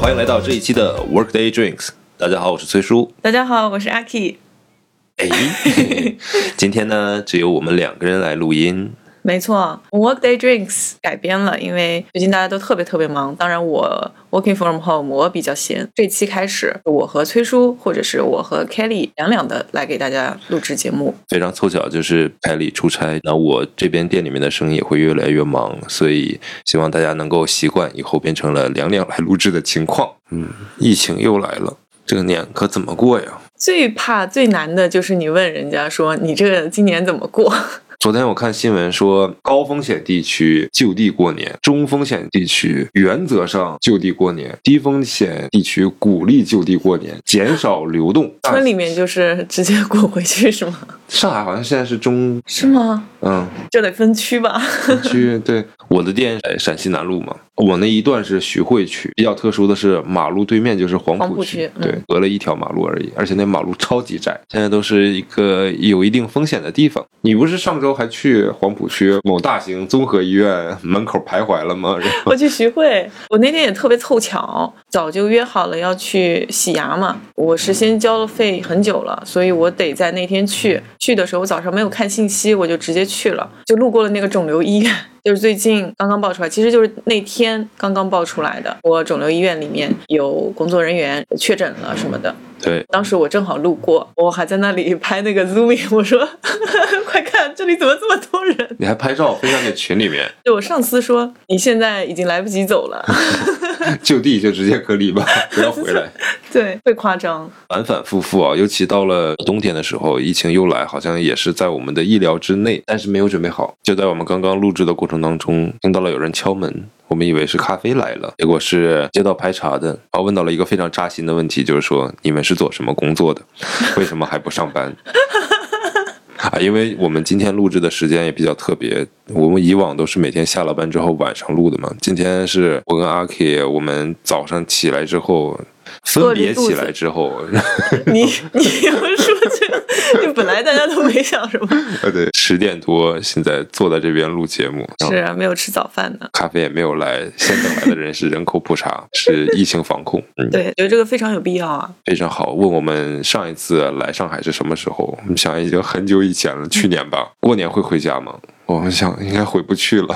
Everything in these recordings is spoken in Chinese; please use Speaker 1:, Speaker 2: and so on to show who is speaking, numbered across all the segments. Speaker 1: 欢迎来到这一期的 Workday Drinks。大家好，我是崔叔。
Speaker 2: 大家好，我是阿 K。
Speaker 1: 哎， 今天呢，只有我们两个人来录音。
Speaker 2: 没错，Workday Drinks 改编了，因为最近大家都特别特别忙。当然，我 working from home 我比较闲。这期开始，我和崔叔或者是我和 Kelly 两两的来给大家录制节目。
Speaker 1: 非常凑巧，就是凯里出差，那我这边店里面的生意也会越来越忙，所以希望大家能够习惯以后变成了两两来录制的情况。嗯，疫情又来了，这个年可怎么过呀？
Speaker 2: 最怕最难的就是你问人家说你这个今年怎么过？
Speaker 1: 昨天我看新闻说，高风险地区就地过年，中风险地区原则上就地过年，低风险地区鼓励就地过年，减少流动。
Speaker 2: 村里面就是直接滚回去是吗？
Speaker 1: 上海好像现在是中，
Speaker 2: 是吗？
Speaker 1: 嗯，
Speaker 2: 这得分区吧？
Speaker 1: 区对，我的店在陕西南路嘛，我那一段是徐汇区，比较特殊的是马路对面就是黄
Speaker 2: 黄
Speaker 1: 浦
Speaker 2: 浦
Speaker 1: 区
Speaker 2: 区，嗯
Speaker 1: 对，隔了一条马路而已，而且那马路超级窄，现在都是一个有一定风险的地方。你不是上周还去黄浦区某大型综合医院门口徘徊了吗？然后
Speaker 2: 我去徐汇，我那天也特别凑巧，早就约好了要去洗牙嘛。我事先交了费很久了，所以我得在那天去。去的时候我早上没有看信息，我就直接去了，就路过了那个肿瘤医院， 就是最近刚刚爆出来，其实就是那天刚刚爆出来的。我肿瘤医院里面有工作人员确诊了什么的，
Speaker 1: 对，
Speaker 2: 当时我正好路过，我还在那里拍那个 zooming，我说 快看这里怎么这么多人。
Speaker 1: 你还拍照分享给群里面，
Speaker 2: 对我上司说你现在已经来不及走了。
Speaker 1: 就地就直接隔离吧，不要回来。
Speaker 2: 对，会夸张。
Speaker 1: 反反复复啊，尤其到了冬天的时候，疫情又来，好像也是在我们的意料之内，但是没有准备好。就在我们刚刚录制的过程当中，听到了有人敲门，我们以为是咖啡来了，结果是街道排查的，然后问到了一个非常扎心的问题，就是说你们是做什么工作的， 为什么还不上班？啊，因为我们今天录制的时间也比较特别，我们以往都是每天下了班之后晚上录的嘛，今天是我跟阿 K，我们早上起来之后，分
Speaker 2: 饿着
Speaker 1: 别
Speaker 2: 肚
Speaker 1: 起
Speaker 2: 子
Speaker 1: 来之后，
Speaker 2: 你你又说这个，就本来大家都没想什么，
Speaker 1: 呃，对，十点多现在坐在这边录节目，然后
Speaker 2: 是啊，没有吃早饭呢。
Speaker 1: 咖啡也没有来，先等来的人是人口普查，是疫情防控，嗯，
Speaker 2: 对，觉得这个非常有必要啊。
Speaker 1: 非常好。问我们上一次来上海是什么时候？我们想已经很久以前了，去年吧。过年会回家吗？我们想应该回不去了。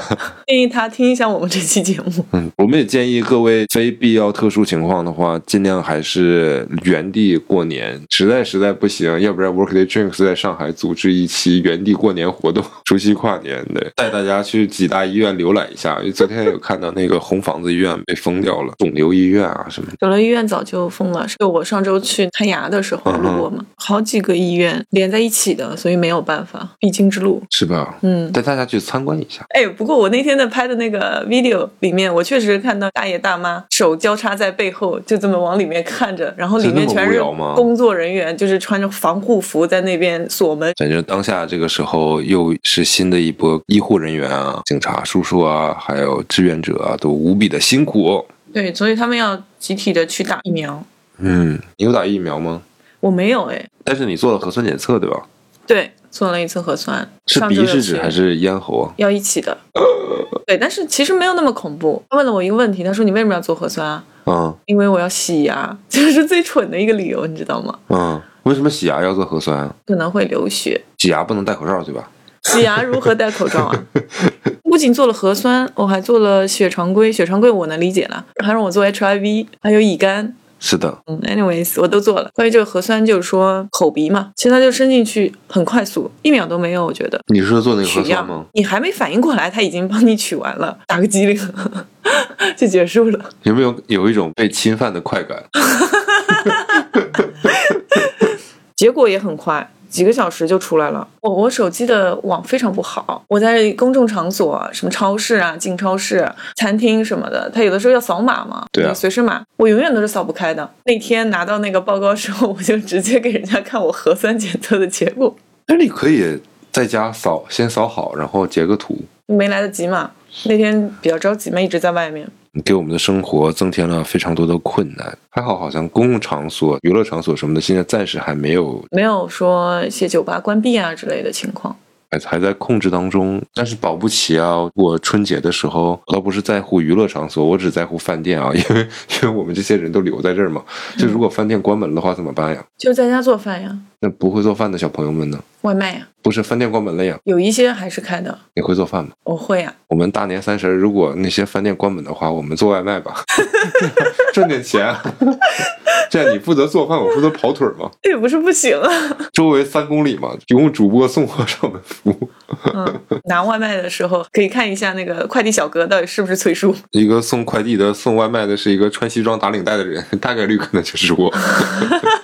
Speaker 2: 建议他听一下我们这期节目。
Speaker 1: 嗯，我们也建议各位非必要特殊情况的话，尽量还是原地过年。实在实在不行，要不然 Workday Drinks 在上海组织一期原地过年活动，除夕跨年对，带大家去几大医院浏览一下。因为昨天有看到那个红房子医院被封掉了，肿瘤医院啊什么的。
Speaker 2: 肿瘤医院早就封了，就我上周去看牙的时候
Speaker 1: 嗯哼
Speaker 2: 路过嘛，好几个医院连在一起的，所以没有办法，必经之路。
Speaker 1: 是吧？
Speaker 2: 嗯，
Speaker 1: 带大家去参观一下，
Speaker 2: 哎，不过我那天的拍的那个 video 里面，我确实看到大爷大妈手交叉在背后，就这么往里面看着，然后里面
Speaker 1: 是那么
Speaker 2: 全
Speaker 1: 无
Speaker 2: 是
Speaker 1: 聊吗
Speaker 2: 工作人员，就是穿着防护服在那边锁门，
Speaker 1: 反正当下这个时候又是新的一波医护人员啊、警察叔叔啊，还有志愿者啊，都无比的辛苦哦。
Speaker 2: 对，所以他们要集体的去打疫苗。
Speaker 1: 嗯，你有打疫苗吗？
Speaker 2: 我没有哎，
Speaker 1: 但是你做了核酸检测对吧？
Speaker 2: 对，做了一次核酸，
Speaker 1: 是
Speaker 2: 上周
Speaker 1: 鼻
Speaker 2: 有
Speaker 1: 是
Speaker 2: 去
Speaker 1: 指还是咽喉啊？
Speaker 2: 要一 起的？对，但是其实没有那么恐怖。他问了我一个问题，他说你为什么要做核酸啊？
Speaker 1: 嗯
Speaker 2: 因为我要洗牙， 这是最蠢的一个理由，你知道吗？
Speaker 1: 嗯，为什么洗牙要做核酸啊？
Speaker 2: 可能会流血。
Speaker 1: 洗牙不能戴口罩对吧？
Speaker 2: 洗牙如何戴口罩 啊？不仅做了核酸，我还做了血常规，血常规我能理解了，还让我做 HIV，还有乙肝，
Speaker 1: 是的，
Speaker 2: 嗯，anyways，我都做了。关于这个核酸，就是说口鼻嘛，其实它就伸进去很快速，一秒都没有，我觉得。
Speaker 1: 你是做那个
Speaker 2: 取
Speaker 1: 核酸
Speaker 2: 样
Speaker 1: 吗？，
Speaker 2: 你还没反应过来，它已经帮你取完了，打个机灵 就结束了。
Speaker 1: 有没有有一种被侵犯的快感？
Speaker 2: 结果也很快，几个小时就出来了。我我手机的网非常不好，我在公众场所，什么超市啊、进超市、餐厅什么的，它有的时候要扫码嘛，
Speaker 1: 对啊
Speaker 2: 你随身码，我永远都是扫不开的。那天拿到那个报告之后，我就直接给人家看我核酸检测的结果，
Speaker 1: 那你可以在家扫，先扫好，然后截个图。
Speaker 2: 没来得及嘛。那天比较着急嘛，一直在外面。
Speaker 1: 你给我们的生活增添了非常多的困难。还好，好像公共场所、娱乐场所什么的，现在暂时还没有。
Speaker 2: 没有说一些酒吧关闭啊之类的情况。
Speaker 1: 还还在控制当中，但是保不齐啊，我春节的时候我倒不是在乎娱乐场所，我只在乎饭店啊，因为因为我们这些人都留在这儿嘛，就如果饭店关门的话怎么办呀？
Speaker 2: 就在家做饭呀，
Speaker 1: 那不会做饭的小朋友们呢？
Speaker 2: 外卖呀，
Speaker 1: 不是饭店关门了呀，
Speaker 2: 有一些还是开的。
Speaker 1: 你会做饭吗？
Speaker 2: 我会啊呀、
Speaker 1: 我们大年三十儿如果那些饭店关门的话，我们做外卖吧， 赚点钱啊。这样你负责做饭，我负责跑腿儿嘛，
Speaker 2: 也不是不行啊。
Speaker 1: 周围三公里嘛，提供主播送货上门服务。
Speaker 2: 嗯，拿外卖的时候可以看一下那个快递小哥到底是不是催叔。
Speaker 1: 一个送快递的、送外卖的是一个穿西装打领带的人，大概率可能就是我。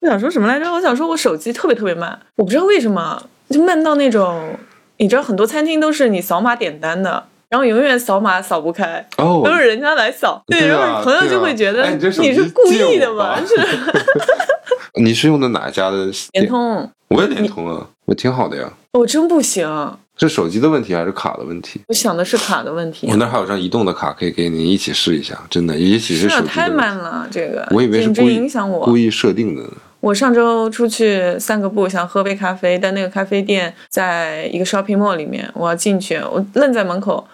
Speaker 2: 我想说什么来着？我想说我手机特别特别慢，我不知道为什么，就慢到那种，你知道很多餐厅都是你扫码点单的，然后永远扫码扫不开，
Speaker 1: 哦，
Speaker 2: 都是人家来扫，
Speaker 1: 对啊
Speaker 2: 然后你朋友
Speaker 1: 对啊
Speaker 2: 就会觉得
Speaker 1: 哎你这手机
Speaker 2: 是故意
Speaker 1: 借
Speaker 2: 的
Speaker 1: 我吧
Speaker 2: 嘛， 是
Speaker 1: 你是用的哪家的？
Speaker 2: 联，通，
Speaker 1: 我也联通啊，我挺好的呀。
Speaker 2: 我哦真不行，
Speaker 1: 是手机的问题还是卡的问题？
Speaker 2: 我想的是卡的问题
Speaker 1: 哦我，那儿还有张移动的卡，可以给你一起试一下，真的，也许
Speaker 2: 是
Speaker 1: 是手
Speaker 2: 啊，
Speaker 1: 机的
Speaker 2: 太
Speaker 1: 问题
Speaker 2: 慢了，这个
Speaker 1: 我以为是
Speaker 2: 简直
Speaker 1: 故意
Speaker 2: 影响我，
Speaker 1: 故意设定的呢。
Speaker 2: 我上周出去散个步，想喝杯咖啡，但那个咖啡店在一个 shopping mall 里面，我要进去，我愣在门口，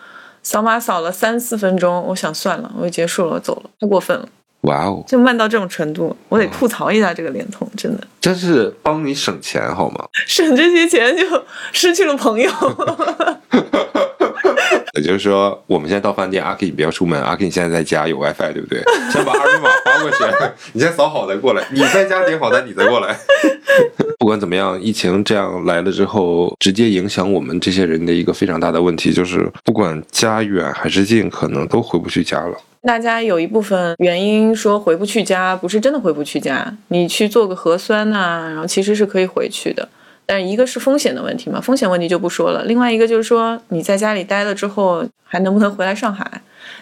Speaker 2: 扫码扫了三四分钟，我想算了，我就结束了，我走了，太过分了，
Speaker 1: 哇哦，
Speaker 2: 就慢到这种程度，我得吐槽一下这个联通，真的
Speaker 1: 真是帮你省钱好吗？
Speaker 2: 省这些钱就失去了朋友。
Speaker 1: 也就是说，我们现在到饭店，阿 K 你不要出门，阿 K 你现在在家有 WiFi 对不对？先把二维码发过去， 你先扫好再过来。你在家点好单，你再过来。 不管怎么样，疫情这样来了之后，直接影响我们这些人的一个非常大的问题就是，不管家远还是近，可能都回不去家了。
Speaker 2: 大家有一部分原因说回不去家，不是真的回不去家，你去做个核酸呐、然后其实是可以回去的。但一个是风险的问题嘛，风险问题就不说了。另外一个就是说，你在家里待了之后，还能不能回来上海？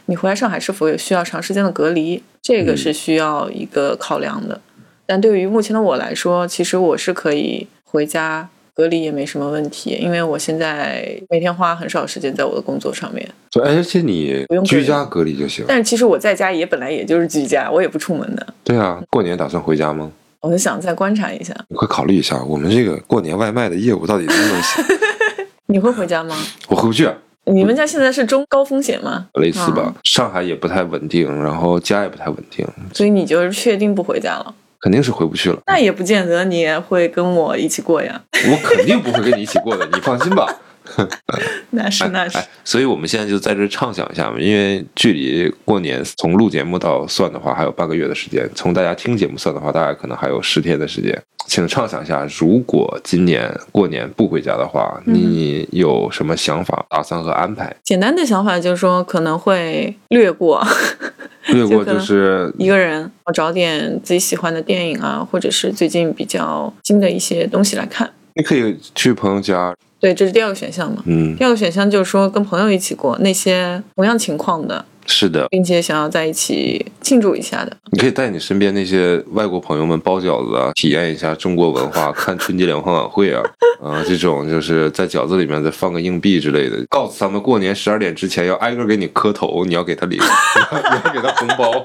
Speaker 2: 你回来上海是否有需要长时间的隔离？这个是需要一个考量的。但对于目前的我来说，其实我是可以回家隔离也没什么问题，因为我现在每天花很少时间在我的工作上面。
Speaker 1: 对，而且你
Speaker 2: 不用隔离
Speaker 1: 居家隔离就行。
Speaker 2: 但是其实我在家也本来也就是居家，我也不出门的。
Speaker 1: 对啊，过年打算回家吗？
Speaker 2: 我就想再观察一下，
Speaker 1: 你快考虑一下，我们这个过年外卖的业务到底能不能行？
Speaker 2: 你会回家吗？
Speaker 1: 我回不去。啊
Speaker 2: 你们家现在是中高风险吗？
Speaker 1: 类似吧
Speaker 2: 嗯，
Speaker 1: 上海也不太稳定，然后家也不太稳定，
Speaker 2: 所以你就是确定不回家了？
Speaker 1: 肯定是回不去了。
Speaker 2: 那也不见得你也会跟我一起过呀。
Speaker 1: 我肯定不会跟你一起过的，你放心吧。
Speaker 2: 那是那是，
Speaker 1: 哎，所以我们现在就在这畅想一下嘛，因为距离过年从录节目到算的话，还有半个月的时间；从大家听节目算的话，大概可能还有十天的时间。请畅想一下，如果今年过年不回家的话，
Speaker 2: 嗯
Speaker 1: 你有什么想法、打算和安 排？
Speaker 2: 简单的想法就是说可能会略过
Speaker 1: 略过
Speaker 2: 可能
Speaker 1: 就是
Speaker 2: 一个人，我找点自己喜欢的电影啊，或者是最近比较新的一些东西来看。
Speaker 1: 你可以去朋友家，
Speaker 2: 对，这是第二个选项嘛。
Speaker 1: 嗯，
Speaker 2: 第二个选项就是说跟朋友一起过，那些同样情况的，
Speaker 1: 是的，
Speaker 2: 并且想要在一起庆祝一下的。
Speaker 1: 你可以带你身边那些外国朋友们包饺子啊，体验一下中国文化，看春节联欢晚会啊，啊、这种就是在饺子里面再放个硬币之类的，告诉他们过年十二点之前要挨个给你磕头，你要给他礼物， 你要给他红包，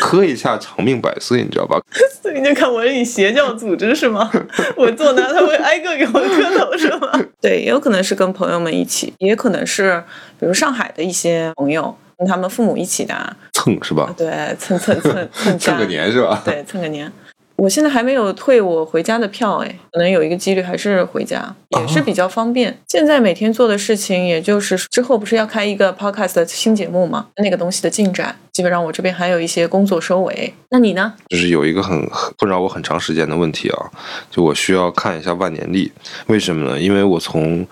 Speaker 1: 磕一下长命百岁，你知道吧？
Speaker 2: 所以你就看我是以邪教组织是 吗？我坐那他会挨个给我磕头是吗？ 对，也有可能是跟朋友们一起，也可能是比如上海的一些朋友跟他们父母一起的，啊
Speaker 1: 蹭是吧？
Speaker 2: 对，啊蹭蹭蹭蹭家
Speaker 1: 蹭个，年是吧？
Speaker 2: 对，蹭个年。我现在还没有退我回家的票，哎，可能有一个几率还是回家，也
Speaker 1: 哦
Speaker 2: 是比较方便。现在每天做的事情，也就是之后不是要开一个 podcast 的新节目嘛，那个东西的进展，基本上我这边还有一些工作收尾。那你呢？
Speaker 1: 就是有一个很很困扰我很长时间的问题啊，就我需要看一下万年历，为什么呢？因为我从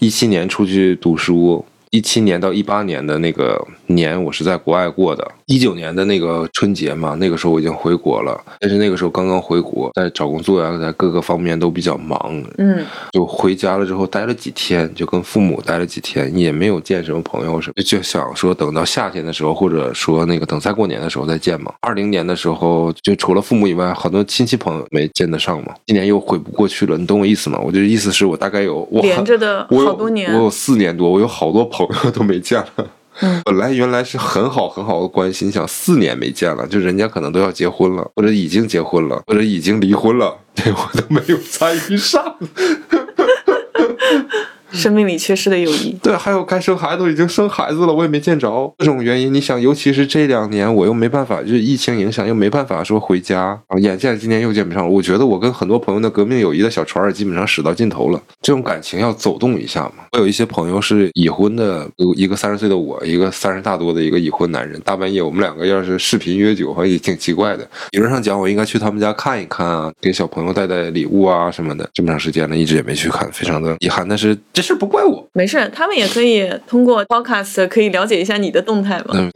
Speaker 1: 一七年出去读书，一七年到一八年的那个年我是在国外过的，一九年的那个春节嘛，那个时候我已经回国了，但是那个时候刚刚回国，在找工作呀、在各个方面都比较忙，
Speaker 2: 嗯，
Speaker 1: 就回家了之后待了几天，就跟父母待了几天，也没有见什么朋友什么，就想说等到夏天的时候，或者说那个等再过年的时候再见嘛。二零年的时候，就除了父母以外，好多亲戚朋友没见得上嘛。今年又回不过去了，你懂我意思吗？我就意思是我大概有我
Speaker 2: 连着的
Speaker 1: 我有
Speaker 2: 好多年
Speaker 1: 我有四年多，我有好多朋友都没见了。
Speaker 2: 嗯
Speaker 1: 本来原来是很好很好的关系，你想四年没见了，就人家可能都要结婚了，或者已经结婚了，或者已经离婚了，对我都没有参与上。
Speaker 2: 生命里缺失的友谊。
Speaker 1: 对，还有该生孩子都已经生孩子了，我也没见着各种原因。你想，尤其是这两年，我又没办法，就是疫情影响，又没办法说回家啊。眼见今年又见不上了，我觉得我跟很多朋友的革命友谊的小船儿基本上驶到尽头了。这种感情要走动一下嘛。我有一些朋友是已婚的，有一个三十岁的我，一个三十大多的一个已婚男人。大半夜我们两个要是视频约酒，好像也挺奇怪的。理论上讲，我应该去他们家看一看啊，给小朋友带带礼物啊什么的。这么长时间了，一直也没去看，非常的遗憾。但是这事儿不怪我，
Speaker 2: 没事，他们也可以通过 podcast 可以了解一下你的动态
Speaker 1: 嗯
Speaker 2: 嘛。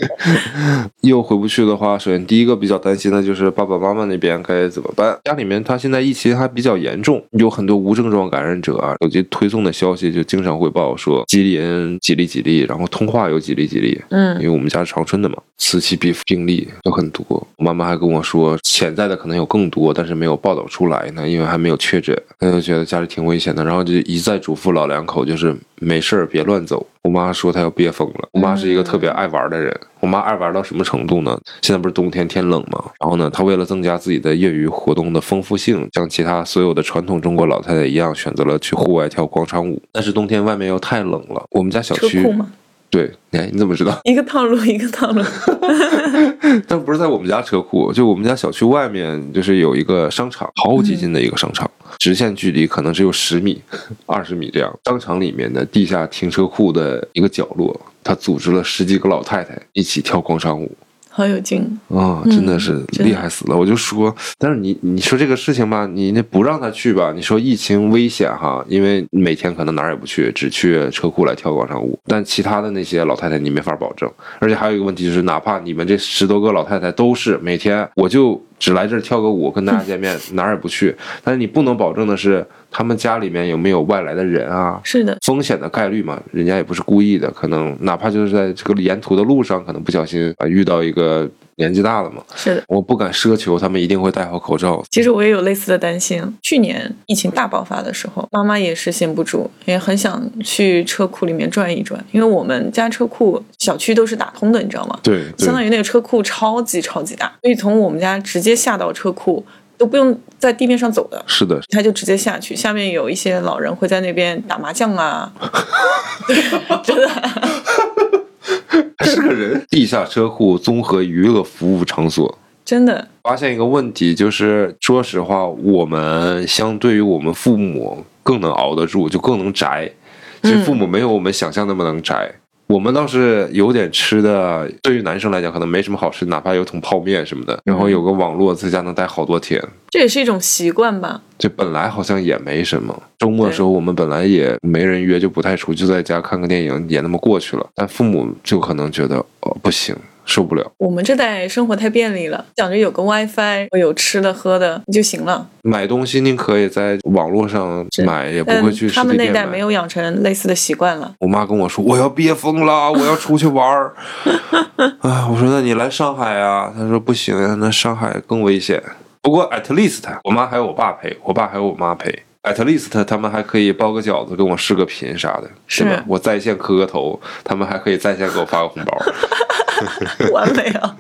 Speaker 1: 又回不去的话，首先第一个比较担心的就是爸爸妈妈那边该怎么办。家里面他现在疫情还比较严重，有很多无症状感染者啊，手机推送的消息就经常会报说吉林几例几例，然后通化有几例几例。因
Speaker 2: 嗯
Speaker 1: 为我们家是长春的嘛，此起彼伏病例都很多。我妈妈还跟我说，潜在的可能有更多，但是没有报道出来呢，因为还没有确诊。她就觉得家里挺危险的，然后就一再嘱咐老两口，就是没事儿别乱走。我妈说她要憋疯了。我妈是一个特别爱玩的人，我妈爱玩到什么程度呢？现在不是冬天天冷嘛，然后呢，她为了增加自己的业余活动的丰富性，像其他所有的传统中国老太太一样，选择了去户外跳广场舞。但是冬天外面又太冷了，我们家小
Speaker 2: 车
Speaker 1: 区
Speaker 2: 库嘛，
Speaker 1: 对，哎，你怎么知道？
Speaker 2: 一个套路一个套 路。
Speaker 1: 但不是在我们家车库，就我们家小区外面，就是有一个商场，超级近的一个商场，直线距离可能只有十米、 二十米这样。商场里面的地下停车库的一个角落，他组织了十几个老太太一起跳广场舞。
Speaker 2: 好有劲，
Speaker 1: 啊、
Speaker 2: 嗯
Speaker 1: 真的是
Speaker 2: 真的
Speaker 1: 厉害死了！我就说，但是你你说这个事情吧，你那不让他去吧，你说疫情危险哈，因为每天可能哪儿也不去，只去车库来跳广场舞。但其他的那些老太太你没法保证，而且还有一个问题就是，哪怕你们这十多个老太太都是每天我就只来这儿跳个舞，跟大家见 面，哪儿也不去，但是你不能保证的是，他们家里面有没有外来的人啊，
Speaker 2: 是的，
Speaker 1: 风险的概率嘛，人家也不是故意的，可能哪怕就是在这个沿途的路上，可能不小心啊遇到一个年纪大的嘛，
Speaker 2: 是的。
Speaker 1: 我不敢奢求他们一定会戴好口罩。
Speaker 2: 其实我也有类似的担心。去年疫情大爆发的时候，妈妈也是闲不住，也很想去车库里面转一转，因为我们家车库小区都是打通的，你知道吗？
Speaker 1: 对，
Speaker 2: 相当于那个车库超级超级大，所以从我们家直接下到车库都不用在地面上走的，
Speaker 1: 是的，
Speaker 2: 他就直接下去。下面有一些老人会在那边打麻将 啊，
Speaker 1: 是个人。地下车库综合娱乐服务场所。
Speaker 2: 真的，
Speaker 1: 发现一个问题，就是说实话，我们相对于我们父母更能熬得住，就更能宅。其实父母没有我们想象那么能宅。我们倒是有点吃的，对于男生来讲可能没什么好吃，哪怕有桶泡面什么的，然后有个网络在家能待好多天。
Speaker 2: 这也是一种习惯吧。
Speaker 1: 这本来好像也没什么。周末的
Speaker 2: 对
Speaker 1: 时候，我们本来也没人约，就不太出，就在家看个电影，也那么过去了。但父母就可能觉得，哦，不行，受不了，
Speaker 2: 我们这代生活太便利了，想着有个 WiFi，有吃的喝的就行了。
Speaker 1: 买东西宁可也在网络上买，也不
Speaker 2: 但
Speaker 1: 会去实
Speaker 2: 他
Speaker 1: 体
Speaker 2: 们那
Speaker 1: 店
Speaker 2: 代没
Speaker 1: 买。
Speaker 2: 有养成类似的习惯 了。
Speaker 1: 我妈跟我说：“我要憋疯了，我要出去玩 儿。”啊，我说：“那你来上海啊？”她说：“不行呀，那上海更危险。”不过 at least 我妈还有我爸陪，我爸还有我妈陪。at least 他们还可以包个饺子，跟我视个频啥的，
Speaker 2: 是
Speaker 1: 对吧？我在线磕个头，他们还可以在线给我发个红包。
Speaker 2: 完美啊！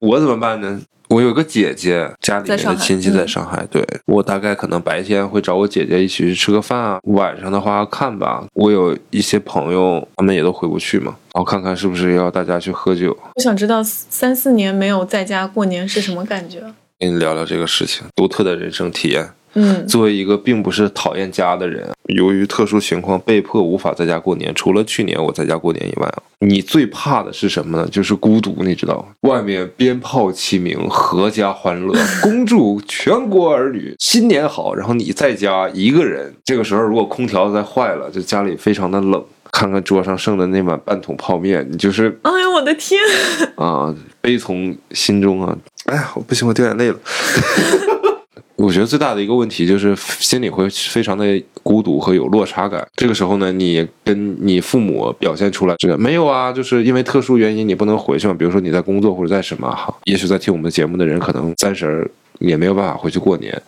Speaker 1: 我怎么办呢？我有个姐姐，家里面
Speaker 2: 在上
Speaker 1: 的
Speaker 2: 海
Speaker 1: 亲戚
Speaker 2: 嗯
Speaker 1: 在上海，对我大概可能白天会找我姐姐一起去吃个饭啊，晚上的话看吧。我有一些朋友，他们也都回不去嘛，然后看看是不是要大家去喝酒，
Speaker 2: 我想知道三四年没有在家过年是什么感觉？
Speaker 1: 跟你聊聊这个事情，独特的人生体验。
Speaker 2: 嗯，
Speaker 1: 作为一个并不是讨厌家的人，由于特殊情况被迫无法在家过年。除了去年我在家过年以外啊，你最怕的是什么呢？就是孤独，你知道吗？外面鞭炮齐鸣，阖家欢乐，恭祝全国儿女新年好。然后你在家一个人，这个时候如果空调再坏了，就家里非常的冷。看看桌上剩的那碗半桶泡面，你就是
Speaker 2: 哎呦我的天，
Speaker 1: 啊，悲从心中啊！哎呀，我不行，我掉眼泪了。 我觉得最大的一个问题就是心里会非常的孤独和有落差感。这个时候呢，你跟你父母表现出来这个没有啊，就是因为特殊原因你不能回去嘛，比如说你在工作或者在什么哈，也许在听我们节目的人可能暂时也没有办法回去过年，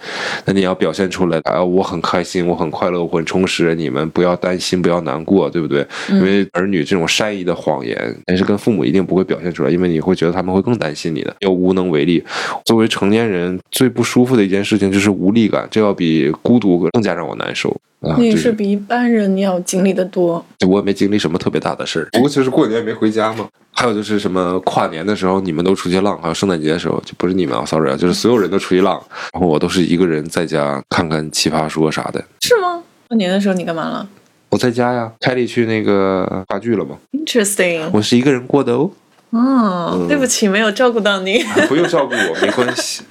Speaker 1: 那你要表现出来啊，我很开心，我很快乐，我很充实，你们不要担心，不要难过，对不对？因为儿女这种善意的谎言，但是跟父母一定不会表现出来，因为你会觉得他们会更担心你的，又无能为力。作为成年人，最不舒服的一件事情就是无力感，这要比孤独更加让我难受。啊，
Speaker 2: 那
Speaker 1: 这
Speaker 2: 个是比一般人要经历的多。
Speaker 1: 我也没经历什么特别大的事儿，不过就是过年没回家嘛。还有就是什么跨年的时候，你们都出去浪；还有圣诞节的时候，就不是你们啊，sorry 啊，就是所有人都出去浪，然后我都是一个人在家看看《奇葩说》啥的。
Speaker 2: 是吗？过年的时候你干嘛了
Speaker 1: 我在家呀，凯里去那个话剧了嘛，
Speaker 2: ？Interesting。
Speaker 1: 我是一个人过的哦，
Speaker 2: 哦，对不起，没有照顾到你。
Speaker 1: 不用照顾我，没关系，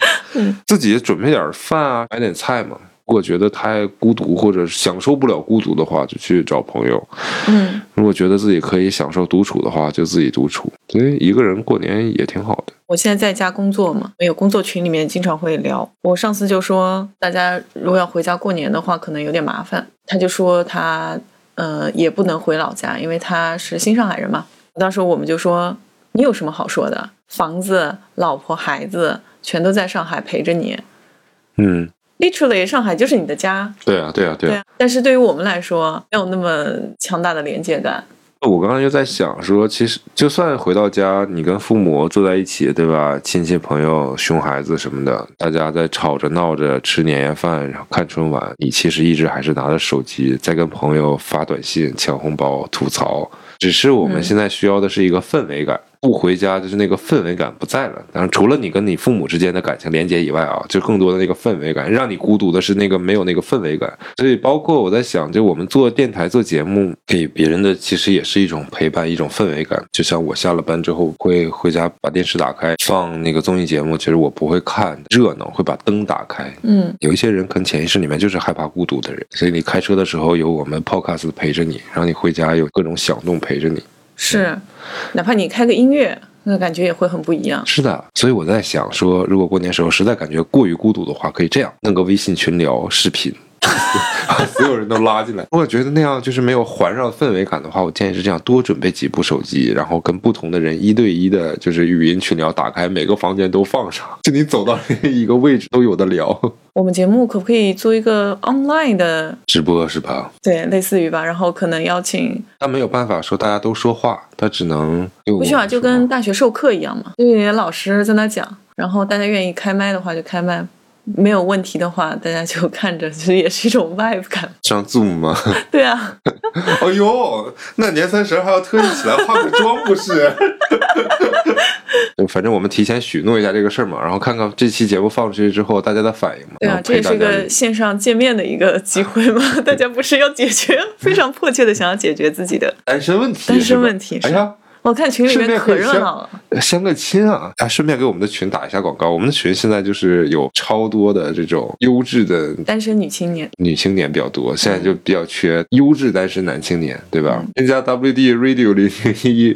Speaker 1: 自己准备点饭啊，买点菜嘛。如果觉得太孤独或者享受不了孤独的话，就去找朋友；
Speaker 2: 嗯，
Speaker 1: 如果觉得自己可以享受独处的话，就自己独处。所以一个人过年也挺好的。
Speaker 2: 我现在在家工作嘛，没有工作群里面经常会聊。我上次就说，大家如果要回家过年的话，可能有点麻烦。他就说他呃也不能回老家，因为他是新上海人嘛。当时我们就说，你有什么好说的？房子、老婆、孩子全都在上海陪着你
Speaker 1: 嗯，
Speaker 2: ，literally 上海就是你的家。
Speaker 1: 对啊，对啊，对啊。
Speaker 2: 啊，但是对于我们来说，没有那么强大的连接感。
Speaker 1: 我刚刚就在想说，其实就算回到家，你跟父母坐在一起，对吧？亲戚朋友、熊孩子什么的，大家在吵着闹着吃年夜饭，然后看春晚，你其实一直还是拿着手机在跟朋友发短信、抢红包、吐槽。只是我们
Speaker 2: 嗯
Speaker 1: 现在需要的是一个氛围感，不回家就是那个氛围感不在了。当然，除了你跟你父母之间的感情连接以外啊，就更多的那个氛围感，让你孤独的是那个没有那个氛围感。所以，包括我在想，就我们做电台做节目，给别人的其实也是一种陪伴，一种氛围感。就像我下了班之后会回家把电视打开放那个综艺节目，其实我不会看热闹，会把灯打开，
Speaker 2: 嗯，
Speaker 1: 有一些人可能潜意识里面就是害怕孤独的人，所以你开车的时候有我们 podcast 陪着你，然后你回家有各种响动陪着你。
Speaker 2: 是，哪怕你开个音乐，那感觉也会很不一样。
Speaker 1: 是的，所以我在想说，如果过年时候实在感觉过于孤独的话，可以这样弄个微信群聊视频。 把所有人都拉进来。如果觉得那样就是没有环绕氛围感的话，我建议是这样：多准备几部手机，然后跟不同的人一对一的，就是语音群聊，打开每个房间都放上， 就你走到一个位置都有的聊。
Speaker 2: 我们节目可不可以做一个 online 的，
Speaker 1: 直播是吧？
Speaker 2: 对，类似于吧？然后可能邀请，
Speaker 1: 他没有办法说大家都说话，他只能用
Speaker 2: 不需啊要就跟大学授课一样嘛，
Speaker 1: 嗯
Speaker 2: 就有些老师在那讲，然后大家愿意开麦的话就开麦，没有问题的话大家就看着，其实也是一种 vibe 感。
Speaker 1: 上 Zoom 吗？
Speaker 2: 对啊，
Speaker 1: 哎呦，那年三十还要特意起来化个妆不是？ 就反正我们提前许诺一下这个事儿嘛，然后看看这期节目放出去之后大家的反应嘛。
Speaker 2: 对
Speaker 1: 然
Speaker 2: 啊
Speaker 1: 后，
Speaker 2: 这
Speaker 1: 陪
Speaker 2: 也
Speaker 1: 大
Speaker 2: 是一
Speaker 1: 家
Speaker 2: 个线上见面的一个机会嘛。 大家不是要解决非常迫切的想要解决自己的，
Speaker 1: 单身问题，
Speaker 2: 单身
Speaker 1: 是吧
Speaker 2: 问题
Speaker 1: 哎呀。
Speaker 2: 我看群里
Speaker 1: 顺
Speaker 2: 面
Speaker 1: 便
Speaker 2: 可
Speaker 1: 可以
Speaker 2: 热闹了。
Speaker 1: 相相个亲啊！啊，顺便给我们的群打一下广告。我们的群现在就是有超多的这种优质的
Speaker 2: 单身女青年，
Speaker 1: 女青年比较多，现在就比较缺优质单身男青年，对
Speaker 2: 嗯
Speaker 1: 吧？添加 WD Radio 零零一，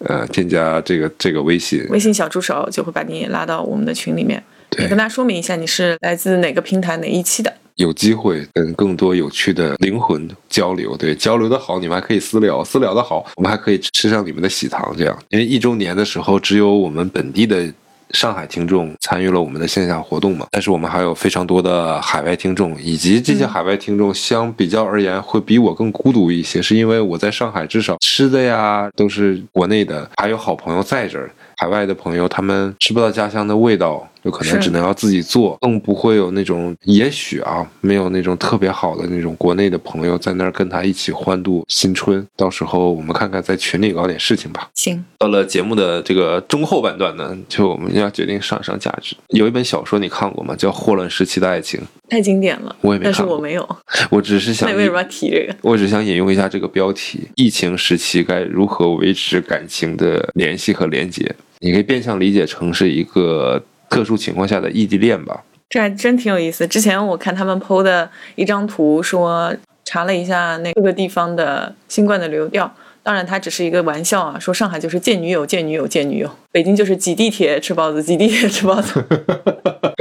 Speaker 1: 呃，添加这个这个微信，
Speaker 2: 微信小助手就会把你拉到我们的群里面，
Speaker 1: 对
Speaker 2: 也跟大家说明一下你是来自哪个平台哪一期的。
Speaker 1: 有机会跟更多有趣的灵魂交流。对，交流的好，你们还可以私聊；私聊的好，我们还可以吃上你们的喜糖。这样，因为一周年的时候，只有我们本地的。上海听众参与了我们的线下活动嘛，但是我们还有非常多的海外听众，以及这些海外听众相比较而言会比我更孤独一些，是因为我在上海至少吃的呀都是国内的，还有好朋友在这儿，海外的朋友他们吃不到家乡的味道，有可能
Speaker 2: 是
Speaker 1: 只能。可能要自己做，更不会有那种也许啊，没有那种特别好的那种国内的朋友在那儿跟他一起欢度新春。到时候我们看看在群里搞点事情吧。
Speaker 2: 行，
Speaker 1: 到了节目的这个中后半段呢，就我们要决定上上价值。有一本小说你看过吗？叫《霍乱时期的爱情》。
Speaker 2: 太经典了，
Speaker 1: 我也没
Speaker 2: 但是
Speaker 1: 看过
Speaker 2: 我没有。
Speaker 1: 我只是想
Speaker 2: 那，为什么要提这个？
Speaker 1: 我只想引用一下这个标题：疫情时期该如何维持感情的联系和连接？你可以变相理解成是一个特殊情况下的异地恋吧。
Speaker 2: 这还真挺有意思。之前我看他们 PO 的一张图，说查了一下那各个地方的新冠的流调。当然，它只是一个玩笑啊，说上海就是见女友、见女友、见女友，北京就是挤地铁吃包子、挤地铁吃包子。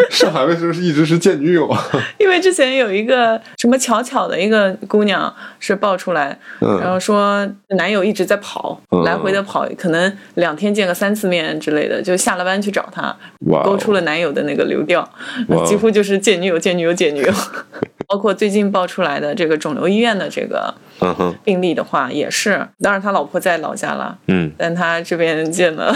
Speaker 1: 上海为什么是一直是见女友啊？
Speaker 2: 因为之前有一个什么巧巧的一个姑娘是爆出来，
Speaker 1: 嗯
Speaker 2: 然后说男友一直在跑，
Speaker 1: 嗯
Speaker 2: 来回的跑，可能两天见个三次面之类的，就下了班去找她，
Speaker 1: 哇哦
Speaker 2: 勾出了男友的那个流调，
Speaker 1: 哇哦
Speaker 2: 几 乎就是见女友、见女友、见女友。包括最近爆出来的这个肿瘤医院的这个
Speaker 1: 嗯哼，
Speaker 2: 病例的话，也是，当然他老婆在老家了，
Speaker 1: 嗯，
Speaker 2: 但他这边见了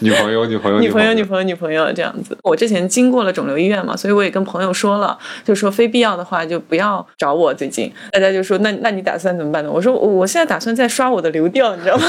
Speaker 1: 女朋友，女朋友，
Speaker 2: 女朋友、女朋友、女朋友这样子。我之前经过了肿瘤医院嘛，所以我也跟朋友说了，就说非必要的话就不要找我。最近大家就说那那你打算怎么办呢？我说我我现在打算在刷我的流调，你知道 吗？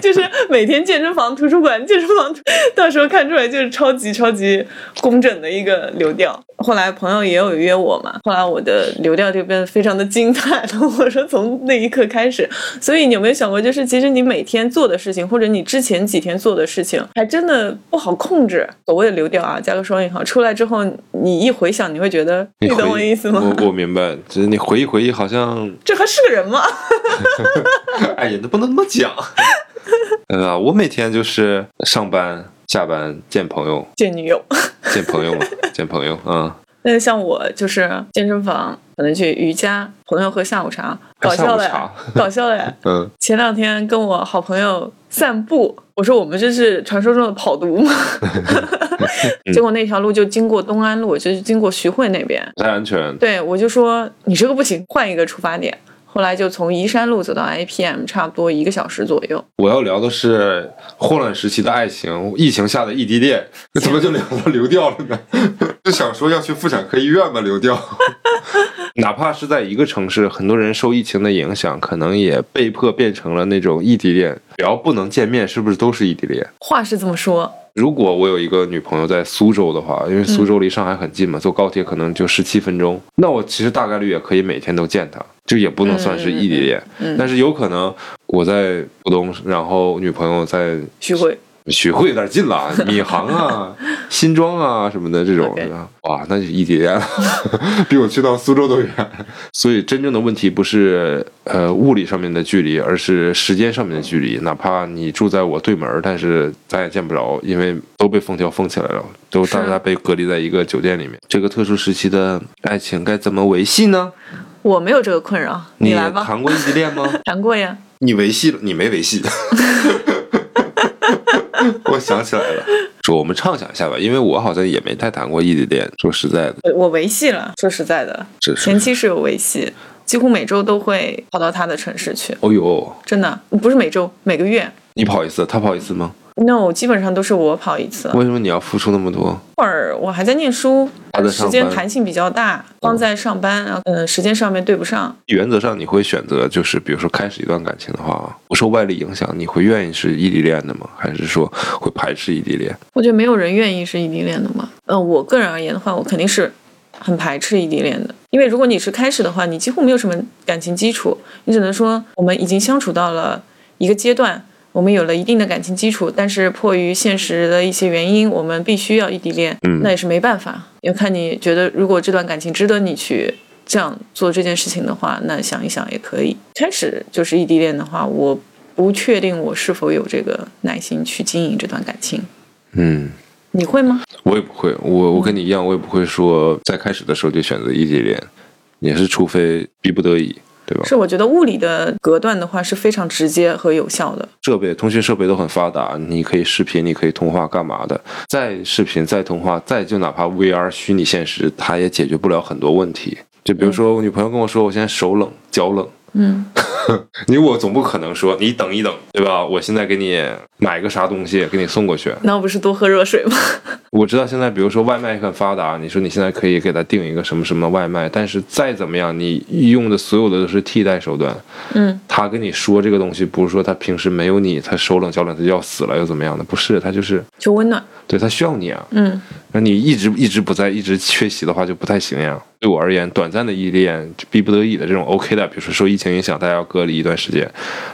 Speaker 2: 就是每天健身房、图书馆、健身房，到时候看出来就是超级超级工整的一个流调。后来朋友也有约我嘛，后来我的流调就变得非常的精彩了。 我说从那一刻开始，所以你有没有想过，就是其实你每天做的事情，或者你之前几天做的事情，还真的不好控制。所谓的流调啊，加个双引号，出来之后你一回想，你会觉得，
Speaker 1: 你
Speaker 2: 你
Speaker 1: 回
Speaker 2: 懂我意思吗？
Speaker 1: 我我明白，就是你回忆回忆，好像
Speaker 2: 这还是个人吗？
Speaker 1: 哎呀，那不能那么 讲。呃，我每天就是上班、下班见朋友，
Speaker 2: 见女友。
Speaker 1: 见朋友嘛，见朋友啊。
Speaker 2: 那像我就是健身房，可能去瑜伽，朋友喝下午茶，搞笑的呀，搞笑的呀。
Speaker 1: 嗯，
Speaker 2: 前两天跟我好朋友散步，我说我们这是传说中的跑毒吗？ 结果那条路就经过东安路，就是经过徐汇那边。
Speaker 1: 不太安全。
Speaker 2: 对我就说你这个不行，换一个出发点。后来就从宜山路走到 IPM，差不多一个小时左右。
Speaker 1: 我要聊的是霍乱时期的爱情，疫情下的异地恋，那怎么就聊到流调了呢？ 就想说要去妇产科医院吧，流调。 哪怕是在一个城市，很多人受疫情的影响，可能也被迫变成了那种异地恋。只要不能见面，是不是都是异地恋？
Speaker 2: 话是这么说，
Speaker 1: 如果我有一个女朋友在苏州的话，因为苏州离上海很近嘛，坐高铁可能就十七分钟，那我其实大概率也可以每天都见她，就也不能算是异地恋。
Speaker 2: 嗯嗯嗯
Speaker 1: 但是有可能我在浦东，然后女朋友在
Speaker 2: 徐汇
Speaker 1: 徐汇有点近了， 闵行啊、新庄啊什么的这种
Speaker 2: OK
Speaker 1: 哇，那就异地恋了， 比我去到苏州都远。所以真正的问题不是呃物理上面的距离，而是时间上面的距离。哪怕你住在我对门儿，但是咱也见不着，因为都被封条封起来了，都
Speaker 2: 是
Speaker 1: 大家被隔离在一个酒店里面。这个特殊时期的爱情该怎么维系呢？
Speaker 2: 我没有这个困扰，
Speaker 1: 你
Speaker 2: 来吧，
Speaker 1: 谈过异地恋吗？
Speaker 2: 谈过呀。
Speaker 1: 你维系了，你没维系。 我想起来了，说我们畅想一下吧，因为我好像也没太谈过异地恋。说实在的，
Speaker 2: 我我维系了，说实在的，
Speaker 1: 这是
Speaker 2: 前期是有维系，几乎每周都会跑到他的城市去，
Speaker 1: 哦呦，
Speaker 2: 真的不是每周，每个月。
Speaker 1: 你跑一次，他跑一次吗？
Speaker 2: no，基本上都是我跑一次。
Speaker 1: 为什么你要付出那么多？
Speaker 2: 会儿我还在念书
Speaker 1: 他在，上
Speaker 2: 时间
Speaker 1: 班嗯
Speaker 2: 弹性比较大，光在上班，然后嗯、时间上面对不上。
Speaker 1: 原则上你会选择，就是比如说开始一段感情的话，不受外力影响，你会愿意是异地恋的吗？还是说会排斥异地恋？
Speaker 2: 我觉得没有人愿意是异地恋的嘛。嗯、我个人而言的话，我肯定是很排斥异地恋的，因为如果你是开始的话，你几乎没有什么感情基础，你只能说我们已经相处到了一个阶段，我们有了一定的感情基础，但是迫于现实的一些原因，我们必须要异地恋，
Speaker 1: 嗯
Speaker 2: 那也是没办法。要看你觉得，如果这段感情值得你去。这样做这件事情的话，那想一想也可以。开始就是异地恋的话，我不确定我是否有这个耐心去经营这段感情。
Speaker 1: 嗯，
Speaker 2: 你会吗？
Speaker 1: 我也不会，我我跟你一样，我也不会说在开始的时候就选择异地恋，也是除非逼不得已，对吧？
Speaker 2: 是，我觉得物理的隔断的话是非常直接和有效的。
Speaker 1: 设备，通讯设备都很发达，你可以视频，你可以通话，干嘛的？再视频，再通话，再就哪怕 VR 虚拟现实，它也解决不了很多问题。就比如说，我女朋友跟我说，我现在手冷、脚冷，
Speaker 2: 嗯，
Speaker 1: 你我总不可能说你等一等，对吧？我现在给你买个啥东西，给你送过去。
Speaker 2: 那不是多喝热 水吗？
Speaker 1: 我知道现在，比如说外卖很发达，你说你现在可以给他订一个什么什么外卖，但是再怎么样，你用的所有的都是替代手段。
Speaker 2: 嗯，
Speaker 1: 他跟你说这个东西，不是说他平时没有你，他手冷脚冷他就要死了又怎么样的，不是，他就是
Speaker 2: 求温暖。
Speaker 1: 对他需要你啊。
Speaker 2: 嗯，
Speaker 1: 那你一直一直不在，一直缺席的话就不太行呀。对我而言，短暂的异地恋，逼不得已的这种 OK 的，比如说受疫情影响，大家要隔离一段时间，